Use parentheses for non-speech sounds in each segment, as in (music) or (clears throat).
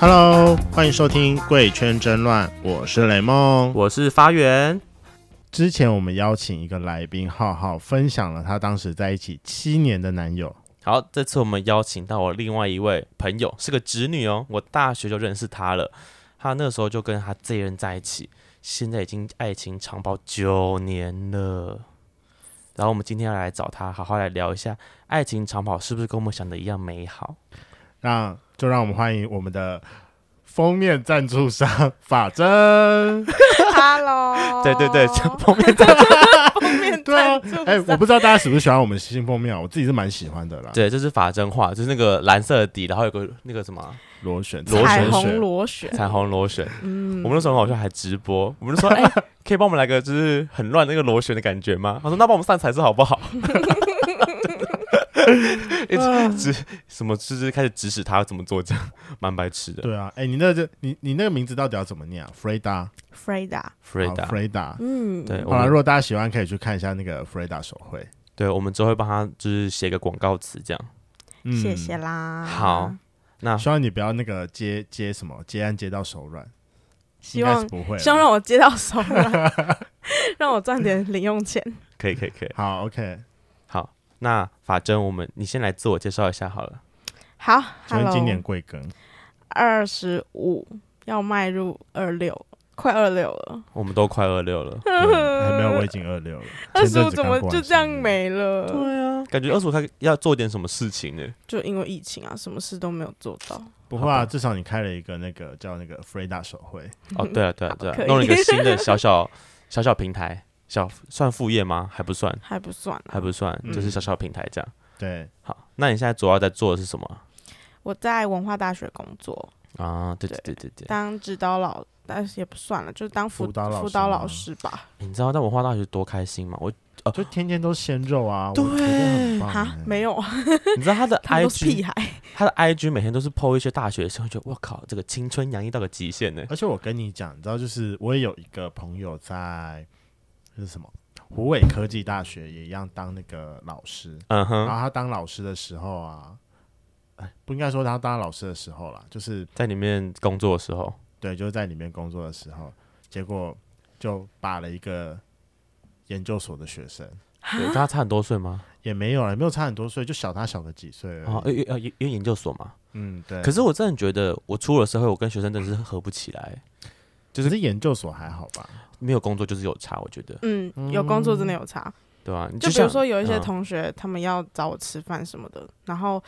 Hello，欢迎收听《贵圈争乱》，我是雷梦。我是发源，之前我们邀请一个来宾浩浩，分享了他当时在一起七年的男友。好，这次我们邀请到我另外一位朋友，是个侄女哦，我大学就认识她了，她那时候就跟她这一任在一起，现在已经爱情长跑九年了。然后我们今天要来找她，好好来聊一下爱情长跑是不是跟我们想的一样美好。让就让我们欢迎我们的封面赞助商法 (laughs) 珍。 (laughs) Hello，对对对，这封面赞封面对啊赞助，哎、商我不知道大家喜不喜欢我们新封面啊，我自己是蛮喜欢的啦。对，这是法针画，就是那个蓝色的底，然后有个那个什么螺旋螺彩旋虹螺旋，彩虹螺旋。嗯 (laughs) 我们那时候很好笑，还直播，我们就说，哎、 (laughs) 可以帮我们来个就是很乱的那个螺旋的感觉吗？他说，那帮我们上彩色好不好？一直指什么，就是开始指使他怎么做，这样蛮白痴的。对啊，哎、你那个你你那个名字到底要怎么念啊？Freda， Freda， f r e d a 好，Freda。嗯，对，我好了，们如果大家喜欢，可以去看一下那个 Freda 手绘。对，我们之后会帮他就是写个广告词这样。嗯谢谢啦。好，那希望你不要那个接接什么接案接到手软，希望应该是不会啦。希望让我接到手软， (laughs) 让我赚点零用钱。可以，可以，可以。好，OK。好，那法珍，我们你先来自我介绍一下好了。好请问今年，Hello，贵庚？二十五要迈入二六，快二六了，我们都快二六了，对还没有，我已经二 (laughs) 六了。二前十阵五子怎么刚过完就这样生日？没了？对啊，感觉二十五他要做点什么事情呢？就因为疫情啊，什么事都没有做到。不会啊，好吧至少你开了一个那个叫那个 Freda 手绘，哦，对啊，对啊，对可啊，以弄了一个新的小 (laughs) 小小小平台，小算副业吗？还不算，还不算啊还不算，嗯就是小小平台这样。对，好，那你现在主要在做的是什么我在文化大学工作，啊？对对对对对，当指导老，但是也不算了，就是当辅辅导老师辅导吗老师吧。你知道在文化大学多开心吗？我就天天都鲜肉啊，我对觉得很棒哈欸。，没有，啊你知道他的他们都是屁 IG，孩。他的 IG 每天都是 PO 一些大学生，我觉得我靠，这个青春洋溢到个极限呢。而且我跟你讲，你知道，就是我也有一个朋友在，这是什么？湖北科技大学也一样当那个老师，嗯然哼，后他当老师的时候啊，哎，不应该说他当老师的时候啦，就是在里面工作的时候，对，就是在里面工作的时候，结果就把了一个研究所的学生，对，他差很多岁吗？也没有了，没有差很多岁，就小他小个几岁而已。哦，因为因为因为研究所嘛。嗯，对。可是我真的觉得，我出了社会，我跟学生真的是合不起来，只是研究所还好吧？没有工作就是有差，我觉得，嗯，有工作真的有差。对吧、啊？你就比像如说有一些嗯同学，他们要找我吃饭什么的，然后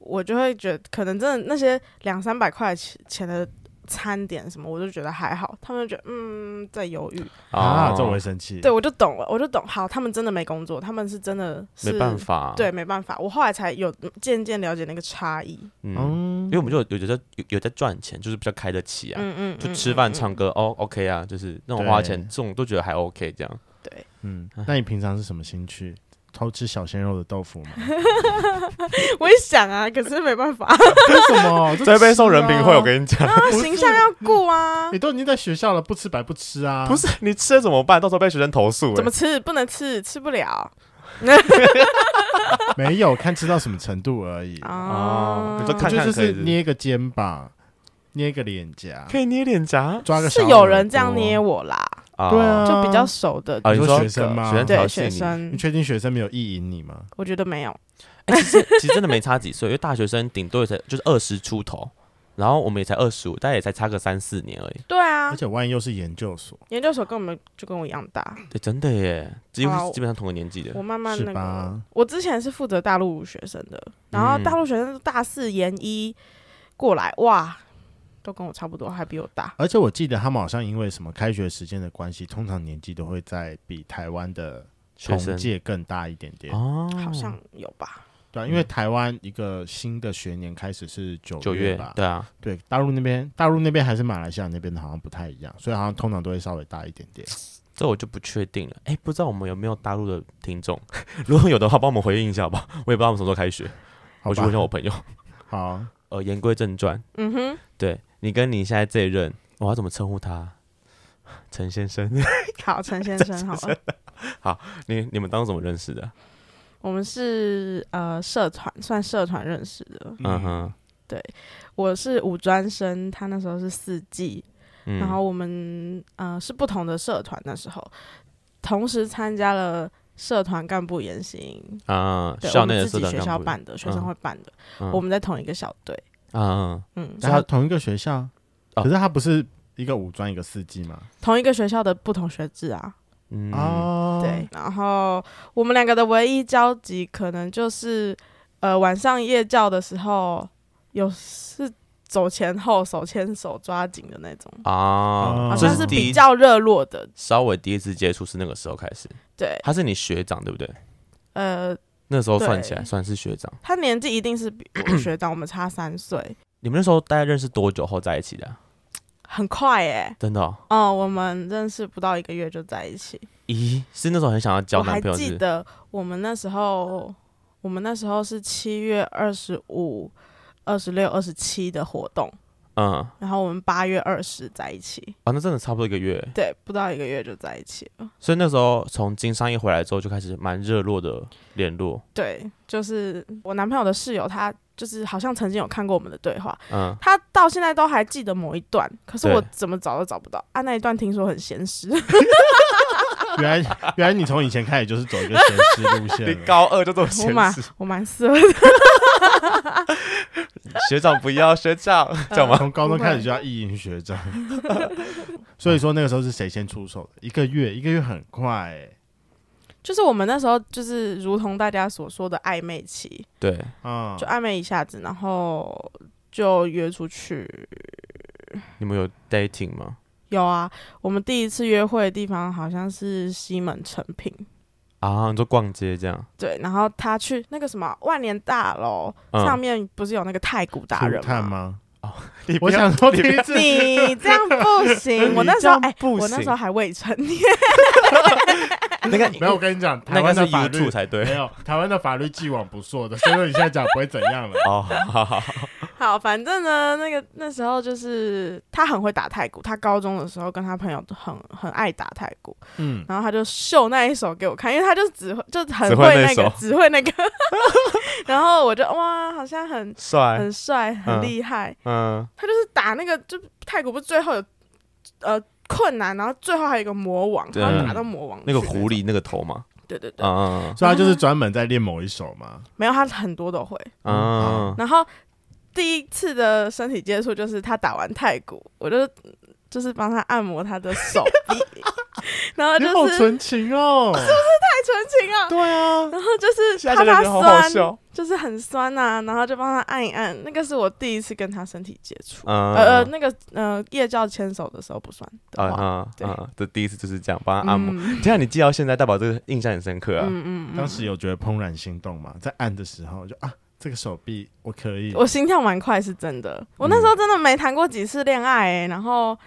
我就会觉得，可能真的那些两三百块钱钱的餐点什么，我就觉得还好。他们就觉得嗯，在犹豫。啊，哦这我会生气。对，我就懂了，我就懂。好，他们真的没工作，他们是真的是没办。法，啊对，，没办法。我后来才有渐渐了解那个差异。嗯，嗯因为，我们就有有在有有在赚钱，就是比较开得起啊，嗯嗯，就嗯吃嗯饭、嗯唱歌，哦，OK 啊，就是那种花钱对，这种都觉得还 OK 这样。对， (laughs) 嗯，哎那你平常是什么兴趣？偷吃小鲜肉的豆腐吗？ (laughs) 我也想啊，可是没办法，为什么？哦这吃啊跟你讲，不是形象要顾啊 (laughs) 你。都已经在学校了，不吃白不吃啊！不是你吃了怎么办？到时候被学生投诉，怎么吃？不能吃，吃不了没有看吃到什么程度而已，哦啊你！说我看觉得就可是以是不是捏个肩膀，捏个脸颊，可以捏脸颊抓个小是耳有朵人这样捏我啦，啊对啊就比较熟的，啊，你你说说学生吗学生对调戏学你，你嗯生，确定学生没有意淫你吗？我觉得没有。哎其实其实真的没差几岁，因为大学生顶多也才就是二十出头，然后我们也才二十五，大概也才差个三四年而已。对啊而，且万一又是研究所，研究所跟我们就跟我一样大，对，真的耶，几乎好是基本上同个年纪的我。慢慢是那个，吧？我之前是负责大陆学生的，然后嗯大陆学生大四研一过来，哇，都跟我差不多，还比我大。而且我记得他们好像因为什么开学时间的关系，通常年纪都会在比台湾的学同生届更大一点点。哦，嗯好像有吧，对啊，因为台湾一个新的学年开始是九九月吧？对啊，对，大陆那边，大陆那边还是马来西亚那边的，好像不太一样，所以好像通常都会稍微大一点点。这我就不确定了。哎，不知道我们有没有大陆的听众？ (laughs) 如果有的话，帮我们回应一下吧。 (laughs) 我也不知道我们什么时候开学，好我去吧问一下我朋友。好，呃，言归正传，嗯哼，对你跟你现在这一任，我要怎么称呼他？ (laughs) 陈先生，好，陈先生，好呃了，你你们当时怎么认识的？我们是呃社团，算社团认识的，嗯哼，我是五专生，他那时候是四季，嗯，然后我们呃是不同的社团，那时候同时参加了社团干部研习营，啊，对，校我内们的社自己团学干校部办的，学生会办的，嗯我们在同一个小队，啊啊嗯，但他同一个学校，哦可是他不是一个五专一个四技嘛？同一个学校的不同学制啊，嗯哦，对，，然后我们两个的唯一交集可能就是呃晚上夜教的时候有是走前后手牵手抓紧的那种，啊，好好这像是第比一较热络的，稍微第一次接触是那个时候开始，对，他是你学长对不对？呃，那时候算起对来算是学长。他年纪一定是比我学长，我们差三岁，你们那时候大概认识多久后在一起的啊？很快哎、真的哦？哦，我们认识不到一个月就在一起。咦，是那时候很想要交我还男朋友记是？得我们那时候，我们那时候是七月二十五、二十六、二十七的活动，嗯，啊，然后我们八月二十在一起，那真的差不多一个月。对，不到一个月就在一起了。所以那时候从经商一回来之后就开始蛮热络的联络。对，就是我男朋友的室友，他就是好像曾经有看过我们的对话，嗯，他到现在都还记得某一段，可是我对怎么找都找不到啊！那一段听说很闲时， (laughs) 原来原来你从以前开始就是走一个闲适路 (laughs) 线了，二就这么我蛮我蛮适合学长不要学长，这样吗？从高中开始就要意淫学长。 (laughs) 所以说那个时候是谁先出手的？一个月，一个月很快、欸，就是我们那时候就是如同大家所说的暧昧期，对，嗯就，暧昧一下子，然后就约出去。你们有 dating 吗？有啊，我们第一次约会的地方好像是西门成品，啊，你说逛街这样？对。然后他去那个什么万年大楼、嗯上面，不是有那个太古达人初探吗？吗？ (laughs) 你我想说第一次你这样不 (laughs) 行，我那时候你这样哎、不行我那时候还未成年， (laughs) 那个 (laughs) 没有，我跟你讲，台那个湾是的法 YouTube 律才对 (laughs) 没。有，台湾的法律既往不咎的，所以说你现在讲不会怎样了。 (laughs) 哦，好好好，好，反正呢，那个那时候就是他很会打太鼓，他高中的时候跟他朋友很很爱打太鼓，嗯，然后他就秀那一首给我看，因为他就只会就很只会会那那个首，只 (laughs) 会那个， (laughs) 然后我就哇，好像很帅，很帅，很嗯厉害。嗯，他就是打那个，就泰国不是最后有呃困难，然后最后还有一个魔王，对他要打到魔王那个去狐，狸那个头嘛，对对对，嗯所以他就是专门在练某一首 (laughs) 嘛。没有他很多都会。嗯然后第一次的身体接触就是他打完太鼓，我就就是帮他按摩他的手 (laughs) 臂，然后你就好是纯情 (laughs) 哦，太纯情了。对啊，然后就是现怕在觉他得好好酸，笑。就是很酸呐、然后就帮他按一按。那个是我第一次跟他身体接触，嗯呃呃，那个呃夜教牵手的时候不算的话，啊对啊！这第一次就是这样帮他按摩。嗯这样你记到现在，代表这个印象很深刻啊。嗯嗯当嗯，时有觉得怦然心动嘛，在按的时候就啊，这个手臂我可以。我心跳蛮快是真的，我那时候真的没谈过几次恋爱、欸，然后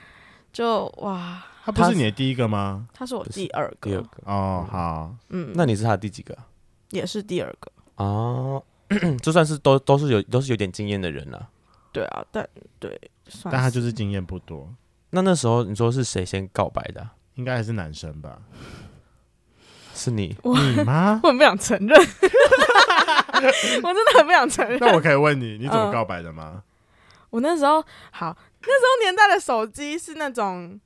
就哇，他不是你的第一个吗？他是我第二第二个，个，哦，好，嗯，那你是他的第几个啊也是第二个，啊？ (clears throat) 就算是都都是有都是有点经验的人了。对啊，但对，算但他就是是经验不多，那那时候你说是谁先告白的啊？应该还是男生吧？是你你吗？ (laughs) 我很不想承认，我真的很不想承认。那我可以问你，你怎么嗯告白的吗？我那时候好，那时候年代的手机是那种，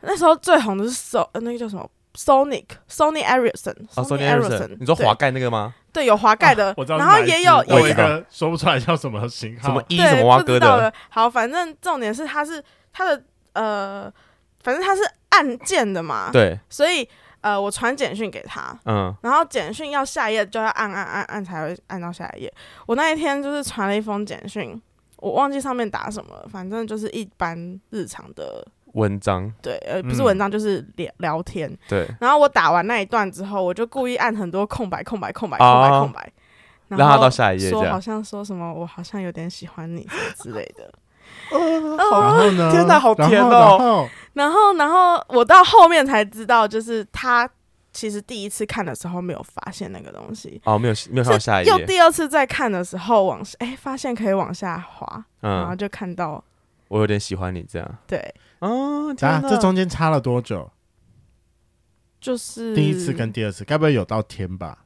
那时候最红的是手，呃那个叫什么 Sonic Sony Ericsson，哦 s o n y Ericsson， Erickson，你说对滑盖那个吗？对有滑 (laughs) 盖的啊我，知道是然哪后一只，也有我也有一有个说不出来叫什么型号，什么一什么对蛙不哥知道的？的。好，反正重点是它是它的呃，反正它是按键的嘛，，对，所以呃，我传简讯给他，嗯然后简讯要下一页就要按按按按才会按到下一页。我那一天就是传了一封简讯，我忘记上面打什么了，反正就是一般日常的，文章对，呃，不是嗯文章，就是聊聊天。对，然后我打完那一段之后，我就故意按很多空白、空白、空白、空白、哦空白，然让他后到下一页说这好样。像说什么我好像有点喜欢你之类的。然后呢？ (laughs) 天哪好甜哦然后然后然后，然后我到后面才知道，就是他其实第一次看的时候没有发现那个东西，哦，没有没有看到下一又页。第二次再看的时候往哎、发现可以往下滑，然后嗯，就看到我有点喜欢你这样。对，哦，等天下哪啊这中间差了多久？就是第一次跟第二次，该不会有到天吧？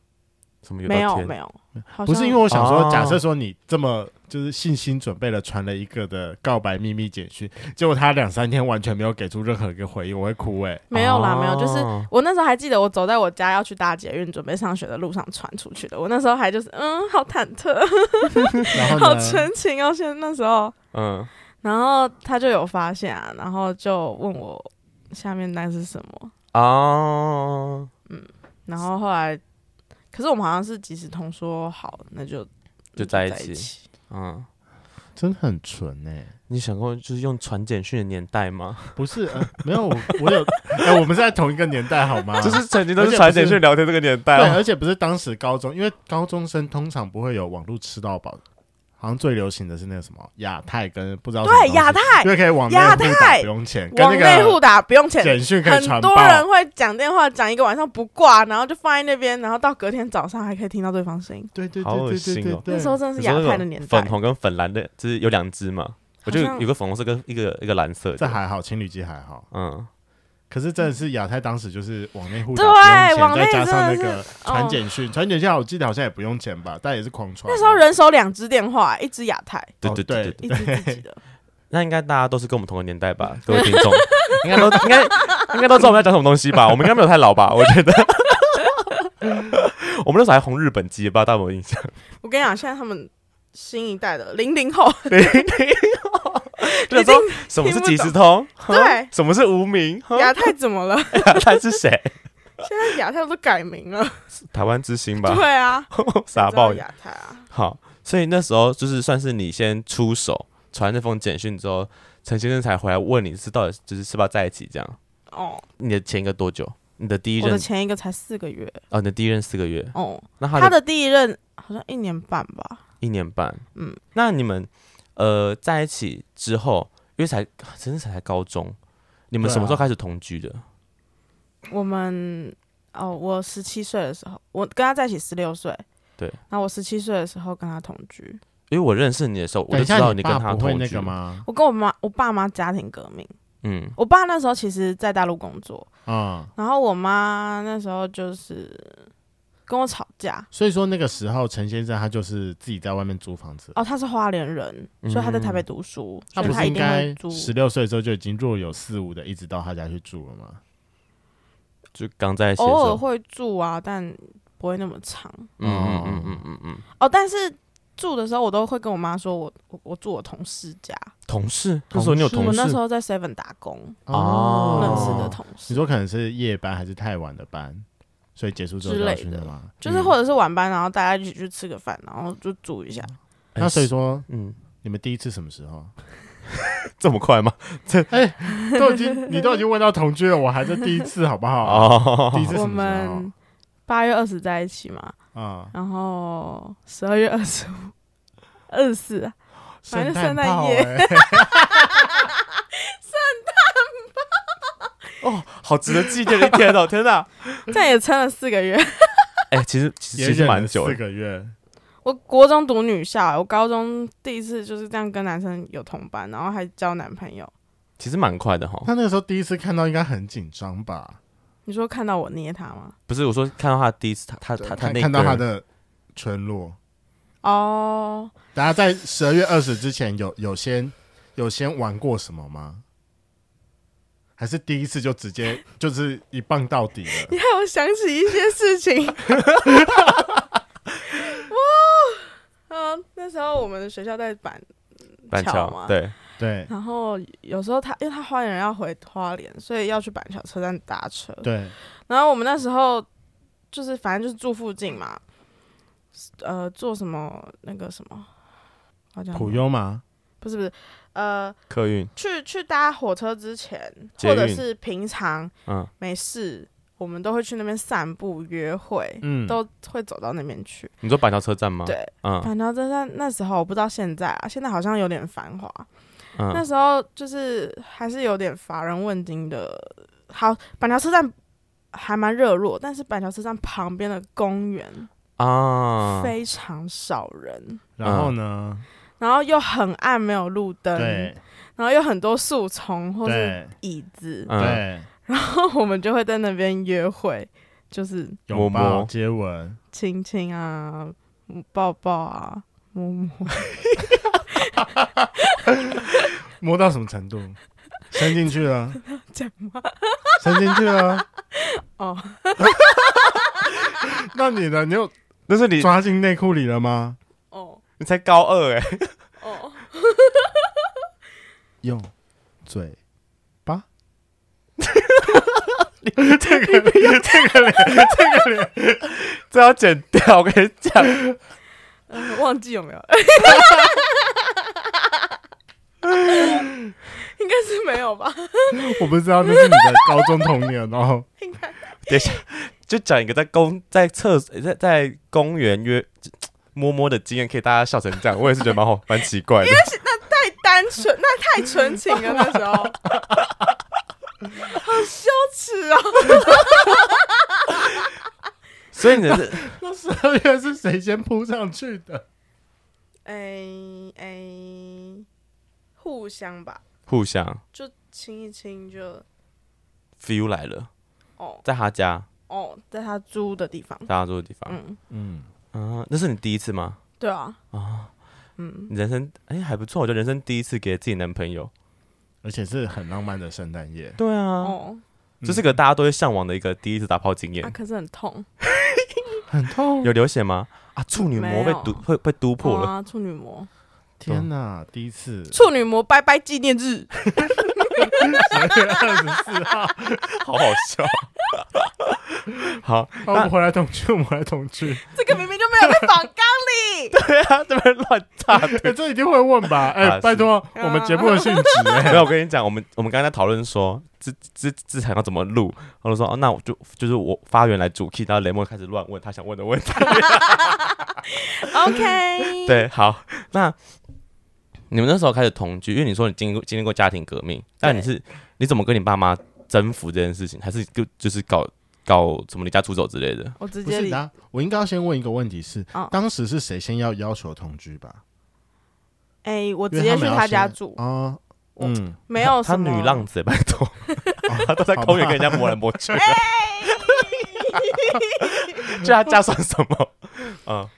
什么有没到有天没有，好像不是因为我想说，哦假设说你这么就是信心准备了传了一个的告白秘密简讯，结果他两三天完全没有给出任何一个回应，我会哭哎、没有啦，哦没有，就是我那时候还记得，我走在我家要去搭捷运，准备上学的路上传出去的。我那时候还就是，嗯，好忐忑，然后好呢？纯情哦，现在那时候。嗯，然后他就有发现啊，然后就问我下面那是什么。哦，然后后来，可是我们好像是即时通说好，那就就在在一起。起，嗯。真的很纯哎、你想过就是用传简讯的年代吗？ (laughs) 不是、呃、没有我我有哎、我们是在同一个年代好吗？就是曾经都都是是传传简简讯讯聊天这个年代对，哦。而且不是当时高中，因为高中生通常不会有网络吃到饱，好像最流行的是那个什么亚太跟不知道什么东对，西亚太因为可以往内亚互打太不用钱，跟往那内互个打不用钱，简讯可以传很爆多。人会讲电话讲一个晚上不挂，然后就放在那边，然后到隔天早上还可以听到对方声音。对对好对恶对对心对哦对，那时候真的你是说亚那太种的年代粉，红跟粉蓝的，就是有两只嘛，我就好像有个粉红色跟一个一个蓝色这的，还好，情侣机还好。嗯，可是真的是亚太当时就是往内互打，对不用往钱内再加上那真的个传简讯，传简讯我记得好像也不用钱吧，但也是狂传。那时候人手两只电话，一只亚太，对哦对对对对，一只自己的。那应该大家都是跟我们同个年代嗯吧，各位听 (laughs) 众，应该都应该应该都知道我们在讲什么东西吧？我们应该没有太老吧？我觉得， (laughs) 我们那时候还红日本机，不知道大家有没有印 (laughs) 象？ (laughs) 我跟你讲，现在他们新一代的零 (laughs) 零后，就想说什么是即时通， (laughs) 对什么是无 (laughs) 名，哼亚太怎么了？ (laughs) 他是谁？现在亚太都改名 (laughs) 了。台湾之星吧，对啊， (laughs) 傻爆亚太啊，好，所以那时候就是算是你先出手传那封简讯之后，陈先生才回来问你是到底就是是不是要在一起这样。哦，你的前一个多久？你的第一我的任前一个才四个月，哦，你的第一任四个月，哦，那他他的的第一任好像一年半吧，一年半。嗯，那你们呃在一起之后，因为才陈先生才高中，你们对啊什么时候开始同居的？我们哦，我十七岁的时候，我跟他在一起十六岁，对，然后我十七岁的时候跟他同居，因为我认识你的时候，我等就一知下，道你跟爸他不会同那居个？吗？我跟我妈我爸妈家庭革命，嗯，我爸那时候其实在大陆工作，嗯，然后我妈那时候就是跟我吵架。所以说那个时候陈先生他就是自己在外面租房子，哦，他是花莲人，所以他在台北读书，嗯他所不以是一应定会该住。十六岁之后就已经若有似无的一直到他家去住了吗？就刚在一起的时偶尔候，会住啊，但不会那么长。嗯嗯嗯嗯嗯嗯，哦，但是住的时候我都会跟我妈说我，我我住我同事家，同事，那时候你有同同我事那时候在 Seven 打工，哦认识的同事，你说可能是夜班还是太晚的班，所以结束之后就要去那吗？就是或者是晚班，然后大家一起去吃个饭，然后就住一下。嗯哎那所以说嗯，你们第一次什么时 (laughs) 候？这么快吗？都已经你都已经问到同居了，我还是第一次好不好？哦第一次我什么时候们八月二十在一起嘛，啊？然后十二月二十五、 (laughs) 二十四，反正圣诞炮夜欸哦，好值得纪念的一天 (laughs) 哦！天哪，这样也撑了四个月。 (laughs) 哎、其实 (laughs) 其也实其实忍了蛮久四的，个月。我国中读女校，我高中第一次就是这样跟男生有同班，然后还交男朋友。其实蛮快的哈。他那个时候第一次看到，应该很紧张吧？你说看到我捏他吗？不是我说看到他第一次，他他对他他看那看到个他人的唇落。哦、大家在十二月二十之前有有先有先玩过什么吗？还是第一次就直接 (laughs) 就是一棒到底了？你害我想起一些事 (laughs) 情。哇，嗯，那时候我们的学校在板，板桥吗桥，对，对然后有时候他因为他花莲人要回花莲，所以要去板桥车站搭车。对，然后我们那时候就是反正就是住附近嘛，呃，做什么那个什么，好像普悠吗？不是不是，呃，客运，去去搭火车之前，捷或者运是平常嗯，没事，我们都会去那边散步、约会，嗯，都会走到那边去。你说板桥车站吗？对，嗯，反正真的那时候我不知道现在啊，现在好像有点繁华，嗯那时候就是还是有点乏人问津的。好，板桥车站呃还蛮热络，但是板桥车站旁边的公园啊，非常少人，然后呢？然后又很暗，没有路灯，对然后有很多树丛嗯或是对椅子，嗯对，然 (laughs) 后我们就会在那边约会，就是拥摸抱摸接吻，亲亲啊，嗯抱抱啊，摸摸。摸到什么程度？伸进去了， (laughs) 讲吗？伸进去了。 (laughs) 哦， (laughs) 那你呢？你有那是你抓进内裤里了吗？哦你才高二哎、哦，用嘴 (laughs) 巴。 (laughs) 这要剪掉。我跟你讲， (laughs) 呃 (laughs) 忘记有没有？应该是没有吧？我不知道那是你的高中童年哦。就讲一个在公在厕在在公园约摸摸的经验，可以大家笑成这样，我也是觉得蛮好 (laughs) 蛮奇怪的。太单纯，那太纯情了，那时候，好羞耻哦！所以你的 (laughs) 那十二月是谁先扑上去的？哎哎、互相吧，互相就亲一亲就 feel 来了，哦在他家，哦，在他租的地方，在他住的地方。嗯，嗯，嗯、那是你第一次吗？对啊，啊，嗯，你人生哎、还不错，我觉得人生第一次给自己男朋友。而且是很浪漫的圣诞夜。对啊，哦，这是个大家都会向往的一个第一次打炮经验。啊，可是很痛，很痛。有流血吗？啊，处女膜被没有堵会被堵破了。啊，处女膜，天哪，第一次处女膜拜拜纪念日，好好 (laughs) 笑。好，我们回来同居，我们回来同居。这个明明就没有被访纲里，对啊，这边乱插队。 (laughs) (laughs) 哎，这一定会问吧？啊哎，是拜托，我们节目的性 (laughs) 质哎，没有，我跟你讲，我们我们刚才在讨论说这这这场要怎么录，然后我说哦，那我就就是我发源来主 key，然后雷蒙开始乱问他想问的 (laughs) 问题。 OK，，对，好，那你们那时候开始同居，因为你说你经历过经历过家庭革命，但你是你怎么跟你爸妈征服这件事情？还是就就是搞搞什么离家出走之类的？我直不接是离，的。我应该要先问一个问题是哦，当时是谁先要要求同居吧？哎、我因直为接他去们要他家先住，哦，嗯，没有她什女么浪子，拜托， (laughs) 她都在公园跟人家摸来摸去， (laughs) 这她家算什么？嗯，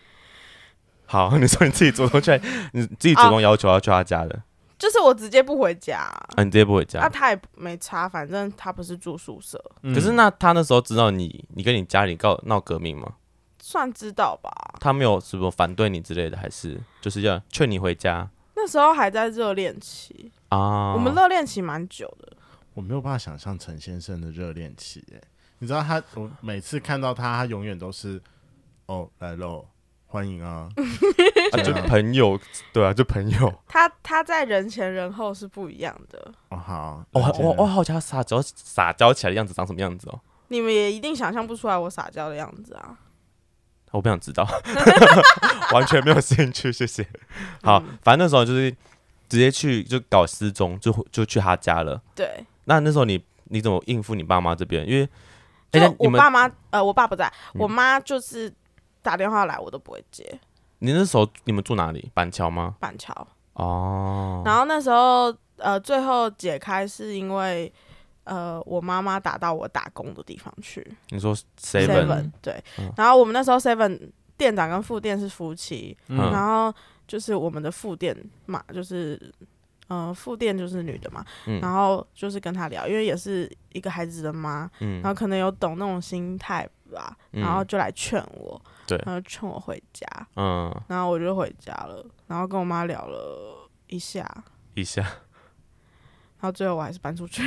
好，你说你自己主动去，你自己主动要求要去她家的，就是我直接不回家，啊，你直接不回家。啊，他也没差，反正他不是住宿舍，嗯可是那她那时候知道你，你跟你家里告闹革命吗？算知道吧。她没有什么反对你之类的，还是就是要劝你回家那时候还在热恋期，啊？我们热恋期蛮久的，我没有办法想象陈先生的热恋期哎，你知道他，我每次看到他，他永远都是哦来喽，欢迎啊，啊就朋友， (laughs) 对啊，就朋友。他他在人前人后是不一样的，哦好，我了解我了我好奇她撒娇撒娇起来的样子长什么样子哦，你们也一定想象不出来我撒娇的样子啊。我不想知道， (laughs) 完全没有兴趣，谢谢。好，嗯反正那时候就是直接去就搞失踪，就就去他家了。对，那那时候你你怎么应付你爸妈这边？因为哎、就那你我们爸妈，呃，我爸不在，嗯我妈就是打电话来我都不会接，你那时候你们住哪里？板桥吗？板桥。哦，然后那时候，呃，最后解开是因为，呃，我妈妈打到我打工的地方去，你说 seven， seven 对嗯，然后我们那时候 seven 店长跟副店是夫妻，嗯然后就是我们的副店嘛，就是呃副店就是女的嘛，然嗯后就是跟她聊，因为也是一个孩子的妈，嗯，然后可能有懂那种心态吧，嗯然后就来劝我，对然后劝我回家，嗯，然后我就回家了，然后跟我妈聊了一下，一下，然后最后我还是搬出去，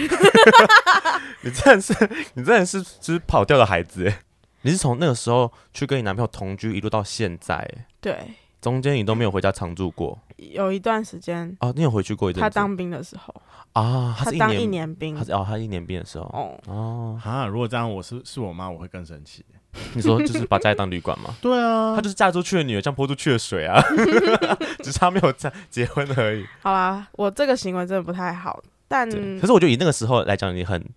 (laughs) (laughs) 你真的是你真的是就是跑掉的孩子哎，你是从那个时候去跟你男朋友同居一路到现在哎，对，中间你都没有回家常住过有一段时间哦，你有回去过一阵子？他当兵的时候，啊，他他是一当一年年兵他，是哦，他一年兵的时候哦。哦，嗯哈，如果这样，我是是我妈，我会更生气。？你说就是把家里当旅馆 (laughs) 吗对啊她，就是嫁出去的女儿，像泼出去的水啊，只是她没有嫁结婚而已。好啦，我这个行为真的不太好，但对，可是我觉得以那个时候来讲，你很嗯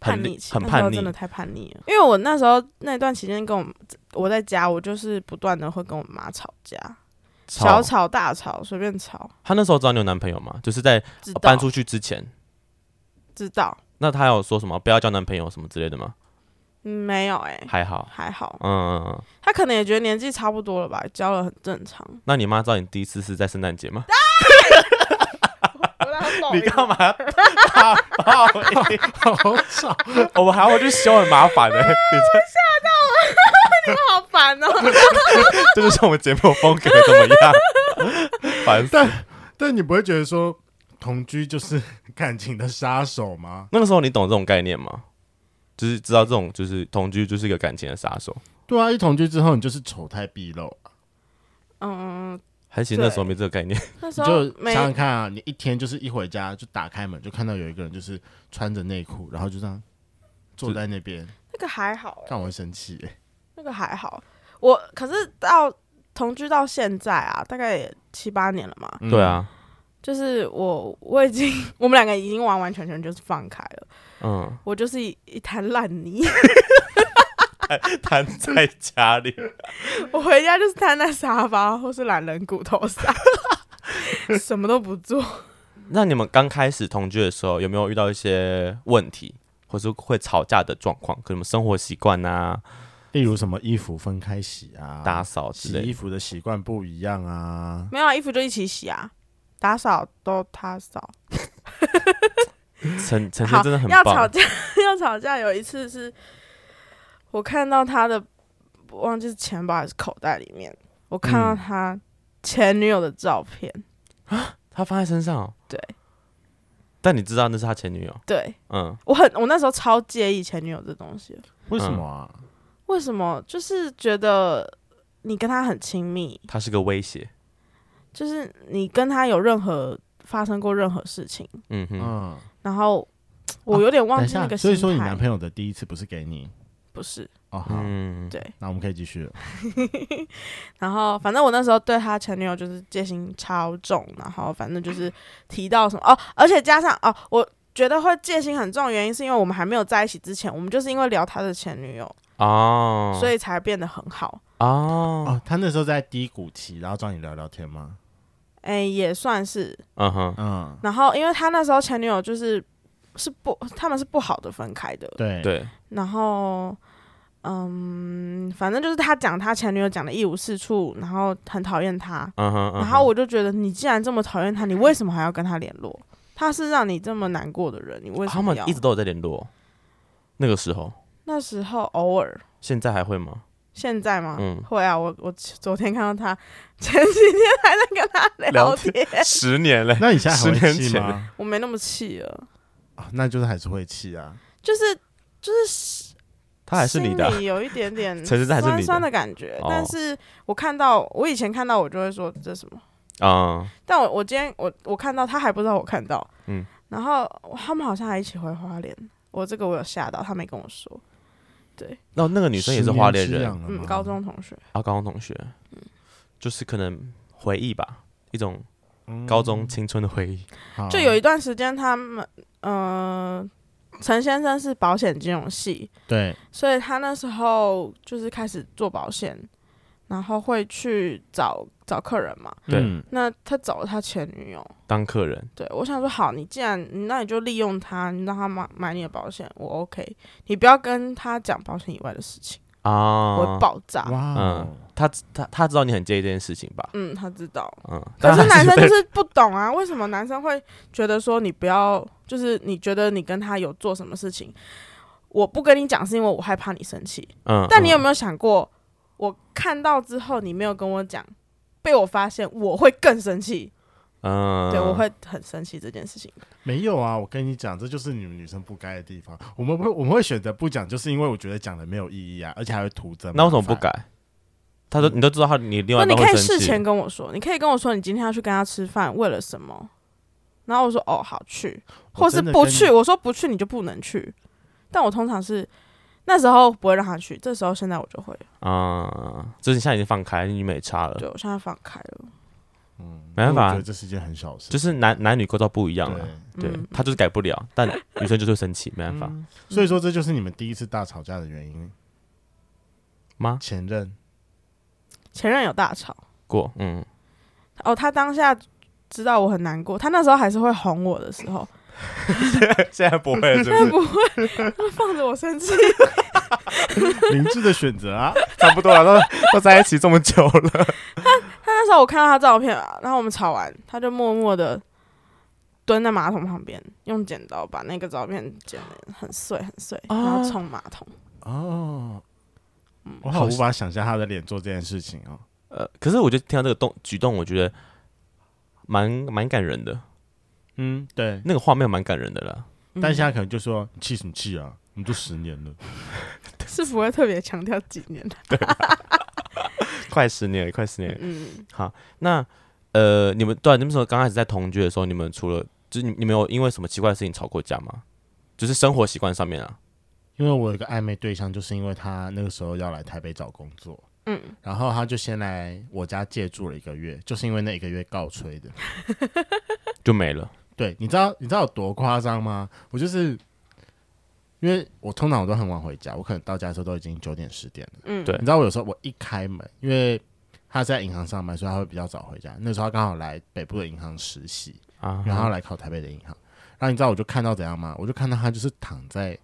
叛很逆期，很那时候叛逆真的太叛逆了。因为我那时候那段期间跟我我在家，我就是不断的会跟我妈吵架，小吵。吵大吵，随便吵，她那时候知道你有男朋友吗？就是在知哦道搬出去之前，知道那她有说什么不要交男朋友什么之类的吗？嗯没有哎、还好，还好，嗯嗯嗯。他可能也觉得年纪差不多了吧，交了很正常。那你妈知道你第一次是在圣诞节吗？你你干嘛大爆 (laughs) 音？好吵， (laughs) 我们还要回去修，很麻烦的、欸你这好烦 (laughs) 哦、 (laughs) 这就是我们节目风格怎么样？ (laughs) 烦死！但但你不会觉得说同居就是感情的杀手吗？那个时候你懂这种概念吗？就是知道这种就是同居就是一个感情的杀手，对啊，一同居之后你就是丑态毕露啊，嗯，还是其实那时候没这个概念？那时你候就没想想看啊，你一天就是一回家就打开门就看到有一个人就是穿着内裤，然后就这样坐在那边，那个还好、欸，看我会生气、欸。那个还好。我可是到同居到现在啊，大概也七八年了嘛，嗯对，啊，就是我我已经 (laughs) 我们两个已经完完全全就是放开了，嗯，我就是一一滩烂泥， (laughs) 瘫在家里，我回家就是瘫在沙发或是懒人骨头上， (laughs) 什么都不做。 (laughs) 那你们刚开始同居的时候，有没有遇到一些问题，或是会吵架的状况？可能生活习惯啊、例如什么衣服分开洗啊，打扫之洗类衣的。服的习惯不一样啊。没有、啊、衣服就一起洗啊，打扫都他扫。陈陈好轩真的很要吵棒，架， (laughs) 要吵架。有一次是我看到他的，忘记是钱包还是口袋里面，我看到嗯他前女友的照片。他放在身上哦。对但你知道那是他前女友，对嗯，我很，我那时候超介意前女友这东西的。为什么啊？为什么？就是觉得你跟他很亲密，他是个威胁，就是你跟他有任何发生过任何事情，嗯哼，嗯，然后我有点哦等忘一记那下，个所心态。以说你男朋友的第一次不是给你不是哦，好，嗯，对。那我们可以继哦续了。然后反正我那时候对他前女友就是戒心超重，然后反正就是提到什么哦，而且加上哦，我觉得会戒心很重，的原因是因为我们还没有在一起之前，我们就是因为聊他的前女友，哦，所以才变得很好。哦，哦，他那时候在低谷期，然后找你聊聊天吗？哎，也算是。嗯哼，嗯，然后因为他那时候前女友就是是不，他们是不好的分开的。对，对，然后，嗯，反正就是他讲他前女友讲的一无是处，然后很讨厌他。嗯哼，嗯哼然后我就觉得，你既然这么讨厌他，你为什么还要跟他联络？他是让你这么难过的人，你为什他么们要？一直都有在联络，那个时候，那时候偶尔，现在还会吗？现在吗？嗯会啊，我我昨天看到他，前几天还在跟他聊聊天，十年嘞，那你现在还十年会气前吗？我没那么气了，啊那就是还是会气啊。就是就是他还是你的啊心，里有一 (laughs) 点点陈思诚还是你酸的酸的感觉，哦但是我看到我以前看到我就会说这什么，嗯，但我我今天我我看到他还不知道我看到，嗯然后他们好像还一起回花莲，我这个我有吓到，他没跟我说，那那个女生也是花莲十年之人，痒了嗯，吗高中同学，啊，高中同学，嗯就是可能回忆吧，一种高中青春的回忆。嗯好就有一段时间他们，呃，陈先生是保险金融系，对，所以他那时候就是开始做保险，然后会去找找客人嘛，对嗯那他找了他前女友。当客人，对，我想说，好，你既然那你就利用他，你让他买买你的保险，我 OK。你不要跟他讲保险以外的事情，啊，我会爆炸。哇哦，他他他知道你很介意这件事情吧？嗯，他知道。嗯，可但是还男生就被是不懂啊，为什么男生会觉得说你不要，就是你觉得你跟他有做什么事情，我不跟你讲是因为我害怕你生气。嗯，但你有嗯没有想过，我看到之后你没有跟我讲，被我发现我会更生气，嗯，对我会很生气这件事情。没有啊！我跟你讲，这就是你们女生不该的地方。我们会我们会选择不讲，就是因为我觉得讲的没有意义啊，而且还会徒增麻烦。那为什么不改？他说你都知道他你另外嗯那一你半会可以生事气前，跟我说，你可以跟我说你今天要去跟他吃饭，为了什么？然后我说哦好去，我或是真的不跟你去。我说不去你就不能去，但我通常是那时候不会让他去，这时候现在我就会，嗯，就是你现在已经放开，你没差了，对我现在放开了。没办我觉法得，这是一件很小的事，就是是男男女构造不一样对了。。对嗯他就是改不了，但女生就是会生气，没办法嗯所以说，这就是你们第一次大吵架的原因。吗？前 (laughs) 任前任有大吵，过，嗯，哦，他当下知道我很难过，他那时候还是会哄我的时候，现在不会了，是不是？不会放着我生气， (laughs) 明智的选择啊， (laughs) 差不多了，都都在一起这么久了，他那时候我看到他照片啊，然后我们吵完，他就默默的蹲在马桶旁边，用剪刀把那个照片剪得很碎很碎，啊然后冲马桶。哦， (laughs) 我好无法想象他的脸做这件事情哦。呃， (laughs) 可是我就听到这个动举动，我觉得蛮蛮感人的，嗯，对，那个画面蛮感人的啦。嗯但现在可能就说你气什么气啊？你都十年了，是不会特别强调几年的。快十年了，快十年了。嗯，那呃，你们对啊、你们说刚开始在同居的时候，你们除了就是你你们有因为什么奇怪的事情吵过架吗？就是生活习惯上面啊。因为我有一个暧昧对象，就是因为他那个时候要来台北找工作，嗯，然后他就先来我家借住了一个月，就是因为那一个月告吹的。就没了，对，你知道你知道有多夸张吗？我就是因为我通常我都很晚回家，我可能到家的时候都已经九点十点了。嗯对你知道我有时候我一开门，因为他在银行上班，所以他会比较早回家。那时候他刚好来北部的银行实习，啊然后来考台北的银行。然后你知道我就看到怎样吗？我就看到他就是躺在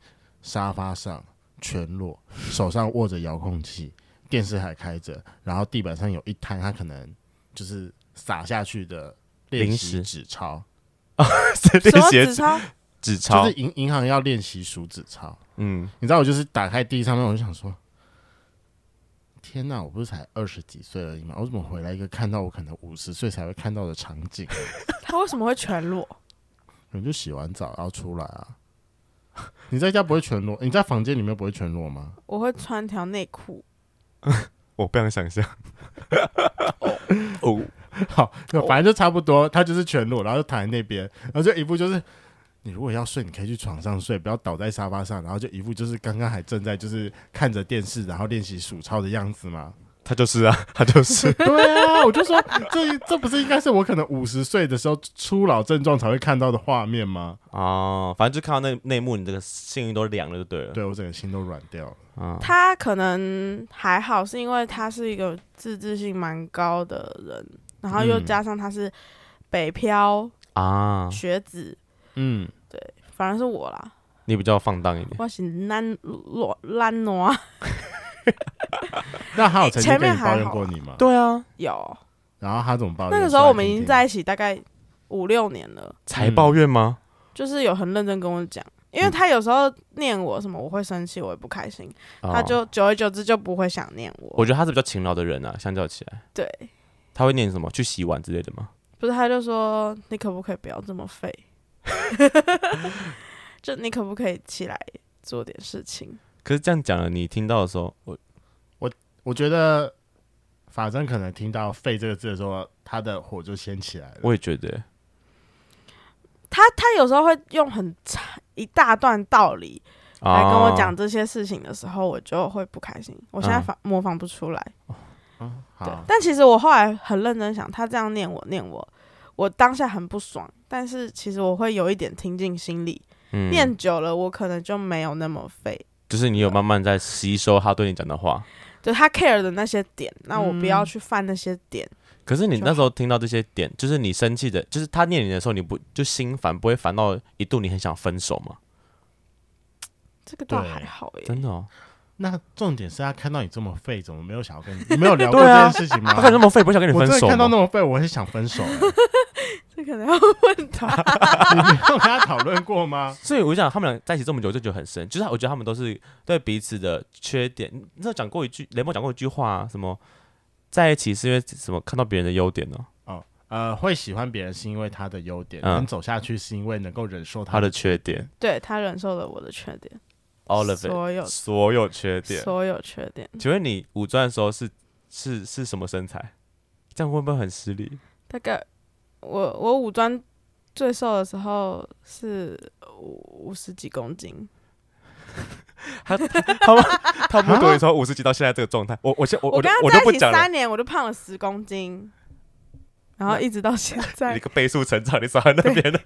沙发上全裸，手上握着遥控器，电视还开着，然后地板上有一滩他可能就是撒下去的练零习食纸钞。什么写纸钞？纸就钞是，银银行要练习数纸钞。嗯，你知道，我就是打开第一上面，我就想说，天哪，我不是才二十几岁而已嘛，我怎么回来一个看到我可能五十岁才会看到的场景？他为什么会全裸？你就洗完澡然后出来啊。 (laughs) 你在家不会全裸？你在房间里面不会全裸吗？我会穿条内裤。我不想想象。 (laughs) 哦， (laughs) 好，那反正就差不多，他就是全裸，然后就躺在那边，然后就一副就是，你如果要睡，你可以去床上睡，不要倒在沙发上，然后就一副就是刚刚还正在就是看着电视，然后练习数钞的样子嘛。他就是啊，他就是。 (laughs) 对啊，我就说这这不是应该是我可能五十岁的时候初老症状才会看到的画面吗？哦，反正就看到那内幕，你这个幸运都凉了，就对了。对我整个心都软掉了。啊，他可能还好，是因为他是一个自制性蛮高的人，然后又嗯加上他是北漂啊，学子，嗯，哦反而是我啦。你比较放荡一点。我是懒懒懒惰，那他有曾经哎前跟面你抱还怨好过你吗？对啊， (laughs) 有然后他怎么抱怨？那个时候我们已经说来在一起大概五六年了，才抱怨吗？就是有很认真跟我讲，因为嗯他有时候念我什么，我会生气，我也不开心，哦嗯他就久而久之就不会想念我我。觉得他是比较勤劳的人啊，相较起来，对，他会念什么去洗碗之类的吗？不是他就说你可不可以不要这么废， (laughs) 就你可不可以起来做点事情？可是这样讲了，你听到的时候，我听，我我觉得法正可能听到“废”这个字的时候，他的火就掀起来了。我也觉得，他他有时候会用很长一大段道理啊，来跟我讲这些事情的时候，我就会不开心。我现在嗯哦仿模仿不出来。嗯，对好，，但其实我后来很认真想，他这样念我念我，我当下很不爽，但是其实我会有一点听进心里，嗯念久了我可能就没有那么废。就是你有慢慢在吸收他对你讲的话。就他 care 的那些点，那我不嗯要去犯那些点。可是你就那时候听到这些点，就是你生气的，就是他念你的时候，你不就心烦，不会烦到一度你很想分手吗？这个倒对还好耶、真的哦，那重点是他看到你这么废，怎么没有想要跟 (laughs) 你？你没有聊过这对啊件事情吗？他看你那么废，不会想跟你我分真的手看到那吗？么废，我很想分手、欸。 (laughs) 这可能要问他。你没有跟他讨论过吗？所以我想他们俩在一起这么久就觉得很深，就是我觉得他们都是对彼此的缺点。你那时候讲过一句，雷蒙讲过一句话、什么在一起是因为什么看到别人的优点呢、呃，会喜欢别人是因为他的优点，嗯能走下去是因为能够忍受他他的缺点对他忍受了我的缺点， ，all of it，所有所有缺点。所有缺点，请问你五专的时候是是是什么身材？这样会不会很失礼？大概我我五专最瘦的时候是五五十几公斤，他 (laughs) 们他们读你从五十级到现在这个状态，我我先我我就跟我就他在不一起讲了三，年，我就胖了十公斤，然后一直到 (laughs) 现你在。个倍速成长，你少在那边的。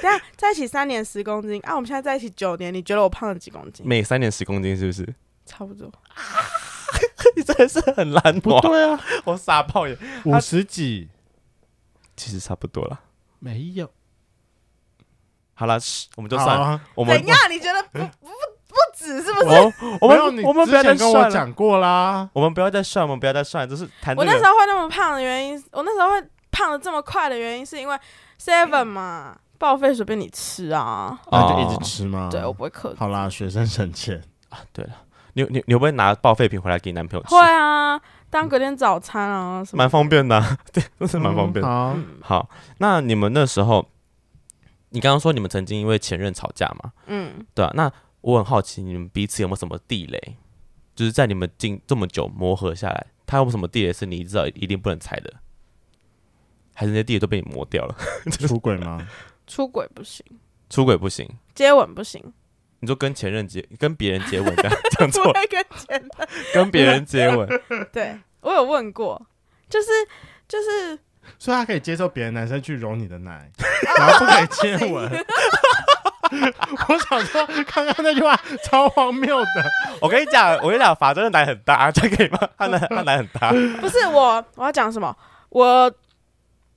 对啊，在一起三年十公斤啊，我们现在在一起九年，你觉得我胖了几公斤？每三年十公斤是不是？差不多。 (laughs) 你真的是很懒不惰，对啊，我傻爆眼。五十几其实差不多了。没有，好了，嘘我们就好算了，啊我们怎样？你觉得不不不止，是不是？我我没有们你我们不之要再前跟算我了，讲过啦，我们不要再算，我们不要再算，就是谈这我那时个。候会那么胖的原因，我那时候会胖的这么快的原因，是因为 Seven 嘛，报废随便你吃啊。哦那就一直吃吗？对，我不会克制。好啦，学生省钱，你你你会不会拿报废品回来给你男朋友吃？会啊，当隔天早餐啊什么。蛮方便的嗯啊、 (laughs) 对，都是蛮方便的。好，好，那你们那时候，你刚刚说你们曾经因为前任吵架嘛？嗯，对啊，那我很好奇，你们彼此有没有什么地雷？就是在你们近这么久磨合下来，他有没有什么地雷是你知道一定不能踩的？还是那些地雷都被你磨掉了？出轨吗？出轨不行，出轨不行，接吻不行，你说跟前任接跟别人接吻，这样讲不错，会跟前任。跟别人接 (laughs) 吻，对我有问过，就是就是 (laughs) 所以他可以接受别的男生去揉你的奶， (laughs) 然后不可以接 (laughs) 吻。 (laughs) 我想说，刚刚那句话超荒谬的，我跟你讲，我跟你讲，法真的奶很大，这样可以吗？他奶他奶很 (laughs) 大，不是我，我要讲什么？我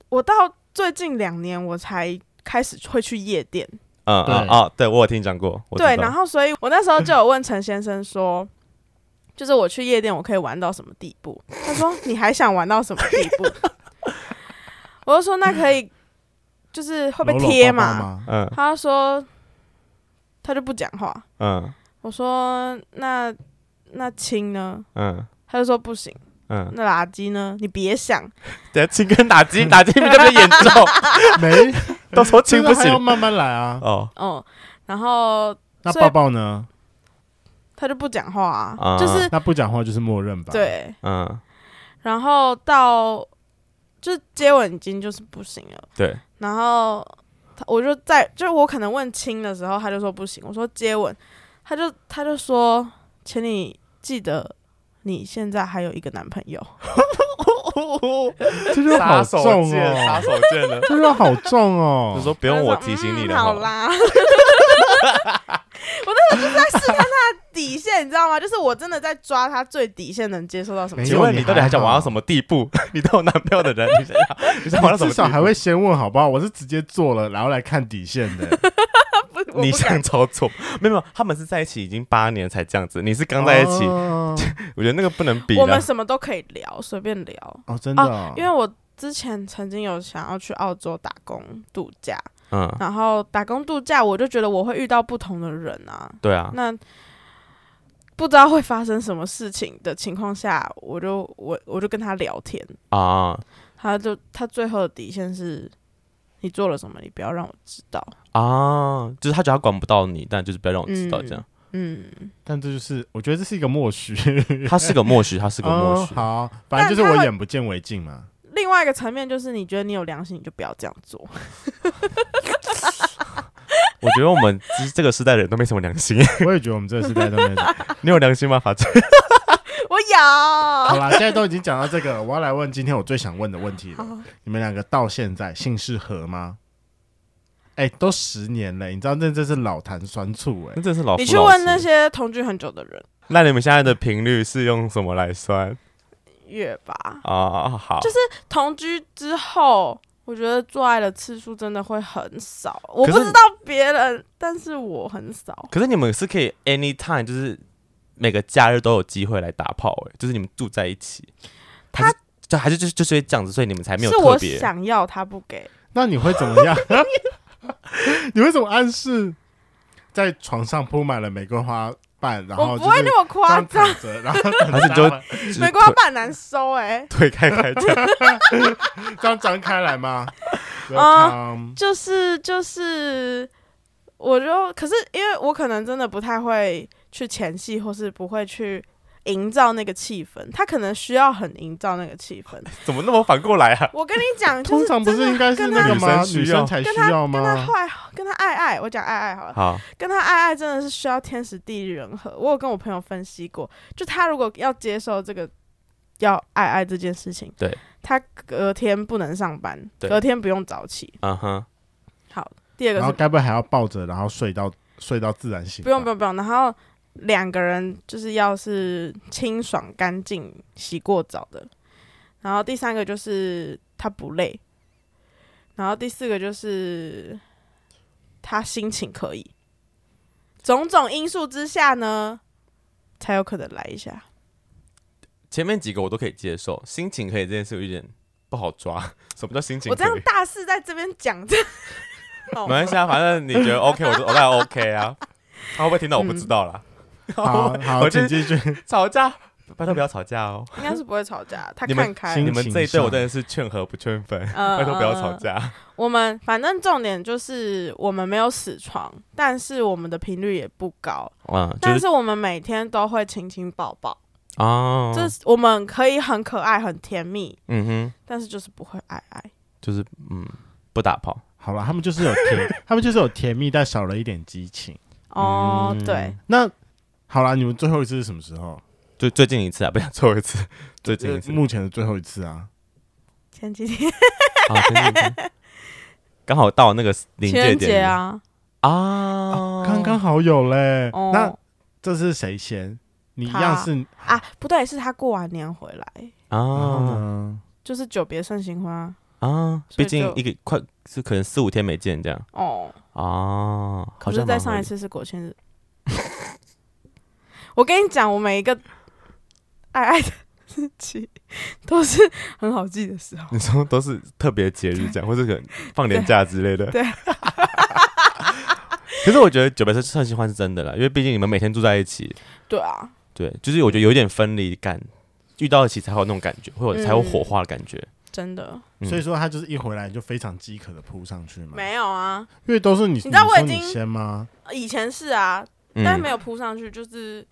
我到最近两年我才开始会去夜店，嗯对啊啊，对我有听你讲过，我知对，道然后所以我那时候就有问陈先生说， (clears throat) 就是我去夜店我可以玩到什么地步？他说你还想玩到什么地步？ (laughs) 我就说那可以，就是 (laughs) 会被搂搂贴抱抱嘛。吗？嗯他说他就不讲话。嗯我说那那亲呢？嗯他就说不行。嗯，那垃圾呢？你别想，等下亲跟打击，打击比较比较严 (laughs) 重， (laughs) 没，到时候亲不这个还要行慢慢来啊。哦哦，然后那所以抱抱 (laughs) 呢？他就不讲话啊，啊就是那不讲话就是默认吧？，对，嗯然后到就是接吻已经就是不行了，对然后他我就在就是我可能问亲的时候，他就说不行，我说接吻，他就他就说，请你记得你现在还有一个男朋友， (laughs) 这就好重哦， (laughs) 手锏了。这就好重哦。就说不用我提醒你他了，就说嗯好啦，啦。 (laughs) 我那时候就是在试探他的底线，你知道吗？就是我真的在抓他最底线能接受到什么没程度。请问你到底还想玩到什么地步？ (laughs) 你都有男朋友的人， (laughs) 你想要你想玩到什么至地少步？还会先问好不好？我是直接做了，然后来看底线的。 (laughs) 不我你不敢想操作？没有没有，他们是在一起已经八年才这样子，你是刚在一起， (laughs) 哦我觉得那个不能比我们了。什么都可以聊，随便聊。哦，真的哦，因为我之前曾经有想要去澳洲打工度假，啊嗯，然后打工度假我就觉得我会遇到不同的人啊，对啊，那不知道会发生什么事情的情况下，我就我我就跟他聊天，啊他就他最后的底线是。你做了什么？你不要让我知道。啊，就是他觉得他管不到你，但就是不要让我知道这样。嗯，但这就是我觉得这是一个默许，他是个默许，他是个默哦许。好，反正就是但他我会眼不见为净 (laughs) 嘛。另外一个层面就是，你觉得你有良心，你就不要这样做。 (laughs) 我觉得我们这这个时代的人都没什么 (laughs) 良心。我也觉得我们这个时代都没有。 (laughs) 你有良心吗，法正？我好有，啦，现在都已经讲到这个了，我要来问今天我最想问的问题了。好你们两个到现在姓氏合吗？哎、都十年了，你知道那这是老坛酸醋哎、那真是老夫你去老问妻那些同居很久的人，那你们现在的频率是用什么来算月吧。啊？好，就是同居之后，我觉得做爱的次数真的会很少。我可不是知道别人，但是我很少。可是你们是可以 anytime，就是每个假日都有机会来打炮、哎，就是你们住在一起。还是就还是就是就是这样子，所以你们才没有是特我别。想要他不给，那你会怎么 (laughs) 样？你会怎么暗示？在床上铺满了玫瑰花瓣，然我后不就会是那么这夸样张。躺着， (laughs) 然后等还是它你就们就是玫瑰花瓣很难收哎、 (laughs) 腿腿开开这样这样张开来吗？啊 Welcome 就是就是，我就可是因为我可能真的不太会去前戏，或是不会去营造那个气氛，他可能需要很营造那个气氛。怎么那么反过来啊？我跟你讲，就 (laughs) 通是常不真是的应该是那个跟吗？他女生才需要跟他吗？坏，跟他爱爱，我讲爱爱好了。好，跟他爱爱真的是需要天时地利人和。我有跟我朋友分析过，就他如果要接受这个要爱爱这件事情，对，他隔天不能上班，对隔天不用早起。嗯哼，第二个然后是该不会还要抱着，然后睡到睡到自然醒吧？不用不用不用，然后两个人就是要是清爽干净、洗过澡的，然后第三个就是他不累，然后第四个就是他心情可以。种种因素之下呢，才有可能来一下。前面几个我都可以接受，心情可以这件事有一点不好抓。 (laughs) 什么叫心情可以？我这样大肆在这边讲， (laughs) 这哦好没关系啊，反正你觉 (laughs) 得 OK，我就我当然 OK 啊。他会不会听到我不知嗯道啦？好好，我就请继续。 (laughs) 吵架，拜托不要吵架哦！应该是不会吵架，他你们看开心你了。们这一对我真的是劝和不劝分，呃 (laughs) 拜托不要吵。架。我们反正重点就是我们没有死床，但是我们的频率也不高，嗯，就但是是我们每天都会亲亲抱抱，哦，这是我们可以很可爱很甜蜜，嗯哼，但是就是不会爱爱。就是嗯，不打炮。好了，他们就是有 (laughs) 甜，他们就是有甜蜜，但少了一点激情。哦，嗯对，那好啦，你们最后一次是什么时候？就最近一次啊， (laughs) 不想最后一次，最近一次呃目前的最后一次啊，前几天啊，最近一次 (laughs) (laughs) 刚好到那个临情界人节点啊，啊，刚刚好有嘞。 (laughs) 哦，那这是谁先？你一样他是啊，不对，是他过完年回来，然后啊呢？就是久别胜新婚啊。啊，所以毕竟就一个快是可能四五天没见这样哦，啊，可好是像再蛮上合一理次是国庆日。 (laughs) 我跟你讲，我每一个爱爱的日期都是很好记的时候。你说都是特别节日这样，或者可能放年假之类的。对。 (laughs) 可是我觉得久别胜胜新欢是真的啦，因为毕竟你们每天住在一起，对啊，对，就是我觉得有一点分离感，遇到一起才会有那种感觉，会有、才有嗯火花的感觉。真的嗯所以说他就是一回来就非常饥渴的扑上去嘛，没有啊，因为都是你，你知道我已说你经先吗？以前是啊，嗯但没有扑上去，就是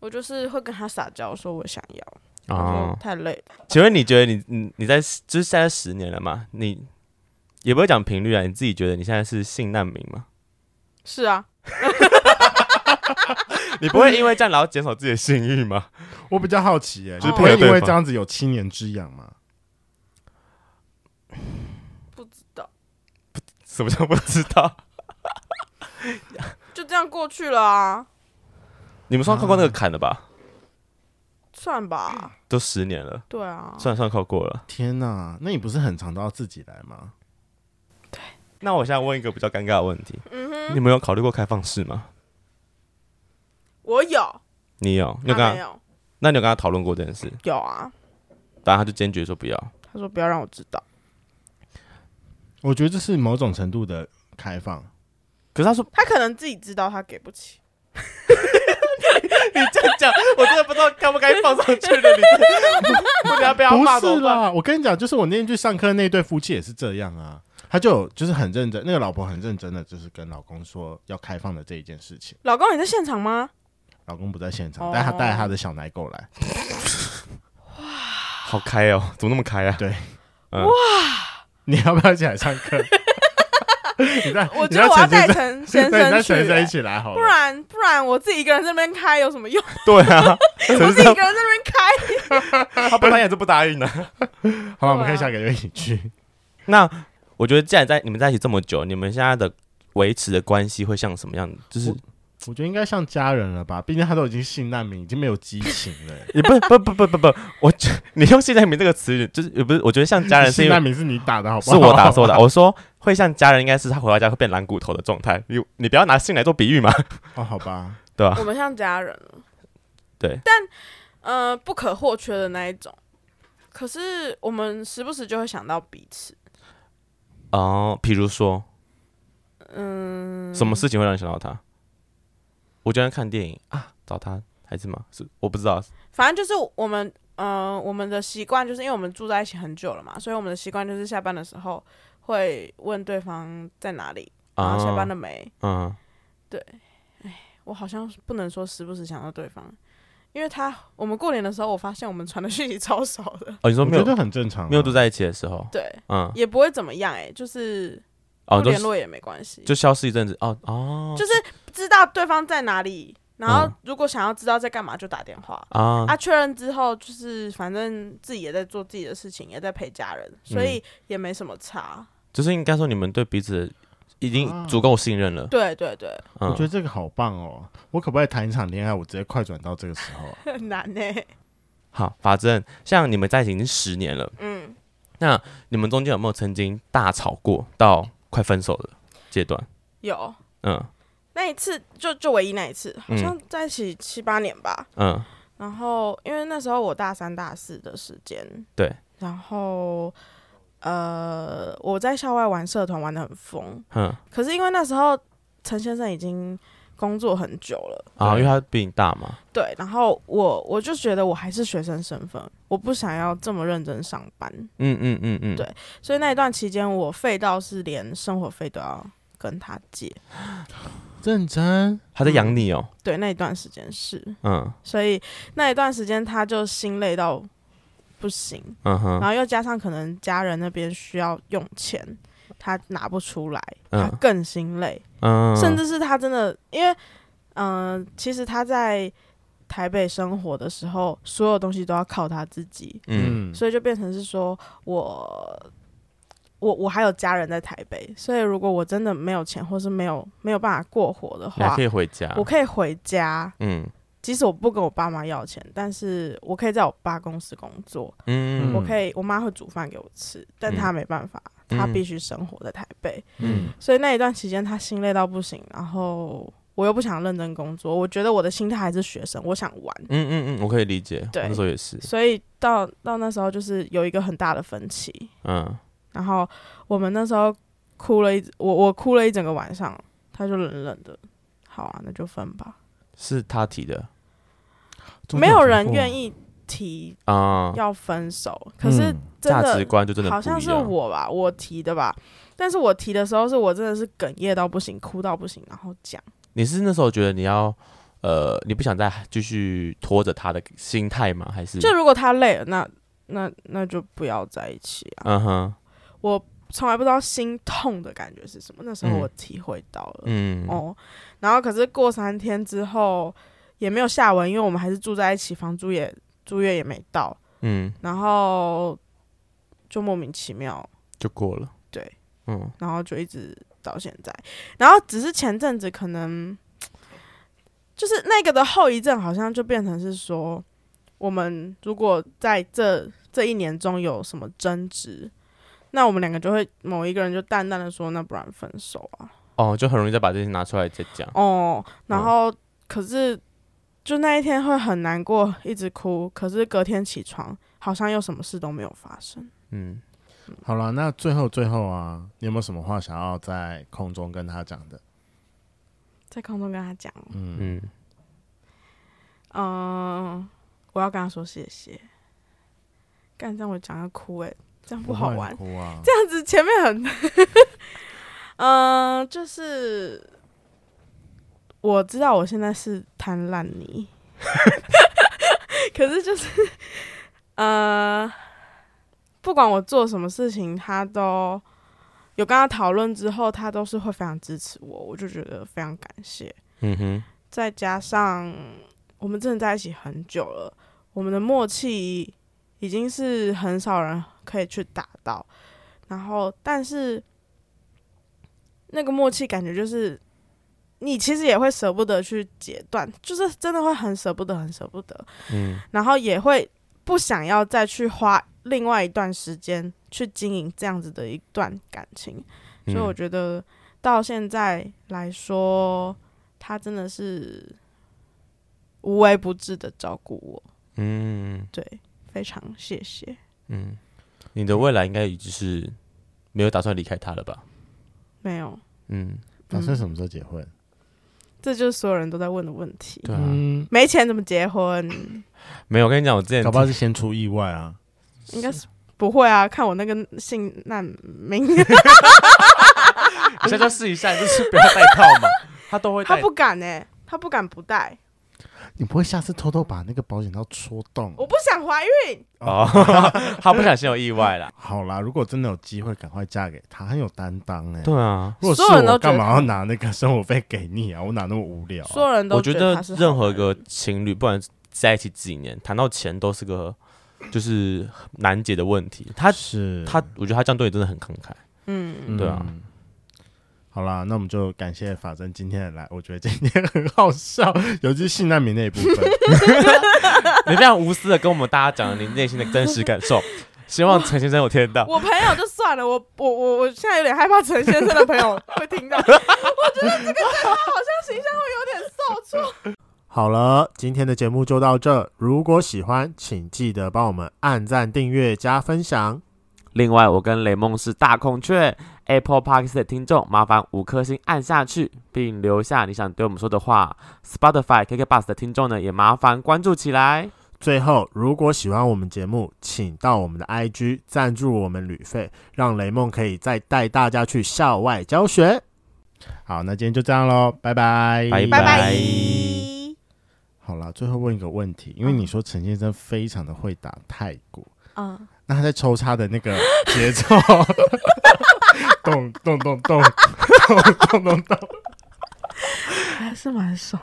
我就是会跟他撒娇说我想要，他说哦啊，太累了。请问你觉得你你你在就是现在十年了嘛？你也不会讲频率啊，你自己觉得你现在是性难民吗？ (laughs) 是啊，你不会因为这样然后减少自己的性欲吗？我比较好奇耶，就是不会配合对因为方这样子有七年之痒吗？不知道，什么叫不知道？就这样过去了啊， (laughs) 你们算靠过那个坎了吧？算吧。都十年了，对啊，算算靠过了。天哪，那你不是很常都要自己来吗？那我现在问一个比较尴尬的问题：嗯你哼，们有考虑过开放式吗？我有，你有？你他有跟没他？有，那你有跟他讨论过这件事？有啊。当然，他就坚决说不要。他说不要让我知道。我觉得这是某种程度的开放。可是他说他可能自己知道他给不起，你这样讲，我真的不知道该不该放上去了。你这，我等下被不是啦，我跟你讲，就是我那天去上课那对夫妻也是这样啊，他就有就是很认真，那个老婆很认真的，就是跟老公说要开放的这一件事情。老公你在现场吗？老公不在现场，哦但他带他的小奶狗来， (laughs) 好开哦，怎么那么开啊？对嗯，你要不要一起来上 (laughs) 课？你在，我你觉在得我要陈带先生，陈 (laughs) 先对，你带生去、陈先生一欸起来好不了。然不然我自己一个人这边开有什么用？ (laughs) 对啊，陈我自己一生个人这边开，他不答应就不答应了。好了，我对啊们可以下个月一起去。那我觉得，既然在你们在一起这么久，你们现在的维持的关系会像什么样？就是我觉得应该像家人了吧，毕竟他都已经性难民，已经没有激情 (laughs) 了、欸。也不不不不不不，我觉 (laughs) 你用“现在名”这个词，就是也不是，我觉得像家人是性因为难民是你打的好不是好？我打错的。我说会像家人，应该是他回到家会变蓝骨头的状态。你你不要拿性来做比喻嘛， (laughs) 哦，好吧，对吧、我们像家人了，啊对，呃，不可或缺的那一种。可是我们时不时就会想到彼此，哦，比如说嗯，什么事情会让你想到他？我今天看电影啊，找他还是吗？是我不知道，反正就是我们，呃，我们的习惯就是因为我们住在一起很久了嘛，所以我们的习惯就是下班的时候会问对方在哪里，然啊，后下班了没，嗯，我好像不能说时不时想到对方，因为他我们过年的时候，我发现我们传的讯息超少的，哦，你说我没觉得有很正常、啊。没有住在一起的时候，对，嗯，也不会怎么样哎、就是哦，不你都联络也没关系，就消失一阵子，哦哦，就是知道对方在哪里，然后嗯如果想要知道在干嘛就打电话。啊啊，确认之后就是反正自己也在做自己的事情，也在陪家人，所嗯以也没什么差。就是应该说你们对彼此已经啊足够信任了，对对对，嗯，我觉得这个好棒哦！我可不可以谈一场恋爱？我直接快转到这个时 (laughs) 候啊、很难欸呢、好，法正，像你们在一起已经十年了，嗯，你们中间有没有曾经大吵过到快分手的阶段？有，嗯，那一次就就唯一那一次，好嗯像在一起七八年吧。嗯，然后因为那时候我大三大四的时间，对，然后呃我在校外玩社团玩的很疯，嗯，可是因为那时候陈先生已经工作很久了，啊，因对为他比你大嘛，对，然后我我就觉得我还是学生身份，我不想要这么认真上班，嗯嗯嗯嗯，对所以那一段期间我废到是连生活费都要跟他借，认真，他在养你哦，对，那一段时间是，嗯所以那一段时间他就心累到不行，嗯然哼，后又加上可能家人那边需要用钱，他拿不出来，他嗯更心累，嗯，甚至是他真的，因为，嗯、其实他在台北生活的时候，所有东西都要靠他自己，嗯所以就变成是说我，我我还有家人在台北，所以如果我真的没有钱，或是没有没有办法过活的你还话可，以回家，我可以回家。嗯即使我不跟我爸妈要钱，但是我可以在我爸公司工作，嗯我可以，我妈会煮饭给我吃，但嗯她没办法，她嗯必须生活在台北。嗯所以那一段期间，他心累到不行，然后我又不想认真工作，我觉得我的心态还是学生，我想玩，嗯嗯嗯，我可以理解，我对那时候也是，所以到到那时候就是有一个很大的分歧，嗯然后我们那时候哭了一，我我哭了一整个晚上，他就冷冷的，好啊，那就分吧，是他提的没有人愿意，意提啊，要分手，可是嗯真价值的观就真的好不像一是样，我吧，我提的吧，但是我提的时候是我真的是哽咽到不行，哭到不行，然后讲。你是那时候觉得你要呃，你不想再继续拖着他的心态吗？还是就如果他累了，那那那就不要在一起啊！嗯哼我从来不知道心痛的感觉是什么，那时候嗯我体会到了。嗯哦，然后可是过三天之后也没有下文，因为我们还是住在一起，房租也租约也没到，嗯然后就莫名其妙，就过了，对，嗯然后就一直到现在。然后只是前阵子可能就是那个的后遗症，好像就变成是说，我们如果在这这一年中有什么争执，那我们两个就会某一个人就淡淡的说，那不然分手啊。哦，就很容易再把这些拿出来再讲，哦，然后可是就那一天会很难过，一直哭，可是隔天起床好像又什么事都没有发生。嗯，好了，那最后最后啊，你有没有什么话想要在空中跟他讲的？在空中跟他讲，嗯，嗯，嗯、我要跟他说谢谢。干，这样我讲要哭哎、这样不好玩。 (laughs) 哭啊，这样子前面很，嗯、就是我知道我现在是摊烂泥， (laughs) 可是就是呃，不管我做什么事情，他都有跟他讨论之后，他都是会非常支持我，我就觉得非常感谢。嗯哼，再加上我们真的在一起很久了，我们的默契已经是很少人可以去达到。然后，但是那个默契感觉就是，你其实也会舍不得去截断，就是真的会很舍不得，很舍不得。嗯然后也会不想要再去花另外一段时间去经营这样子的一段感情。嗯，所以我觉得到现在来说，他真的是无微不至的照顾我，嗯对，非常谢谢。嗯，你的未来应该已经是没有打算离开他了吧？没有，嗯，打算什么时候结婚？这就是所有人都在问的问题。对啊，嗯，没钱怎么结婚？没有，我跟你讲，我之前搞不好是先出意外嗯啊。应该是不会啊，看我那个性难民， (laughs) 我现在就试一下，就是不要戴套嘛，他都会他戴不敢呢、他不敢不带。你不会下次偷偷把那个保险套戳洞？我不想怀孕，哦， (laughs) 他不想先有意外 (laughs) 啦。好啦，如果真的有机会，赶快嫁给他，很有担当哎、对啊，如果是所有人都我，觉得干嘛他要拿那个生活费给你啊？我哪那么无聊、所啊？有人哦都我觉得得他是好任何一人个情侣，不管在一起几年，谈到钱都是个就是难解的问题。他是他，我觉得他这样对你真的很慷慨。嗯，嗯对啊好啦，那我们就感谢法珍今天的来，我觉得今天很好笑， (laughs) 尤其是性难民那一部分。 (laughs) 你非常无私的跟我们大家讲了你内心的真实感受。希望陈先生有听到。我朋友就算了，我我我我现在有点害怕陈先生的朋友会听到，我觉 (laughs) 得这个好像形象会有点受挫。 (laughs) 好了，今天的节目就到这。如果喜欢，请记得帮我们按赞、订阅、加分享。另外，我跟雷梦是大孔雀 Apple Park 的听众，麻烦五颗星按下去，并留下你想对我们说的话。Spotify KK Bus 的听众呢，也麻烦关注起来。最后，如果喜欢我们节目，请到我们的 IG 赞助我们旅费，让雷梦可以再带大家去校外教学。好，那今天就这样喽，拜拜，拜拜拜拜。好啦，最后问一个问题，因为嗯你说陈先生非常的会打泰国，嗯，那他在抽插的那个节奏， (laughs) 咚咚咚咚咚咚咚咚，还是蛮爽。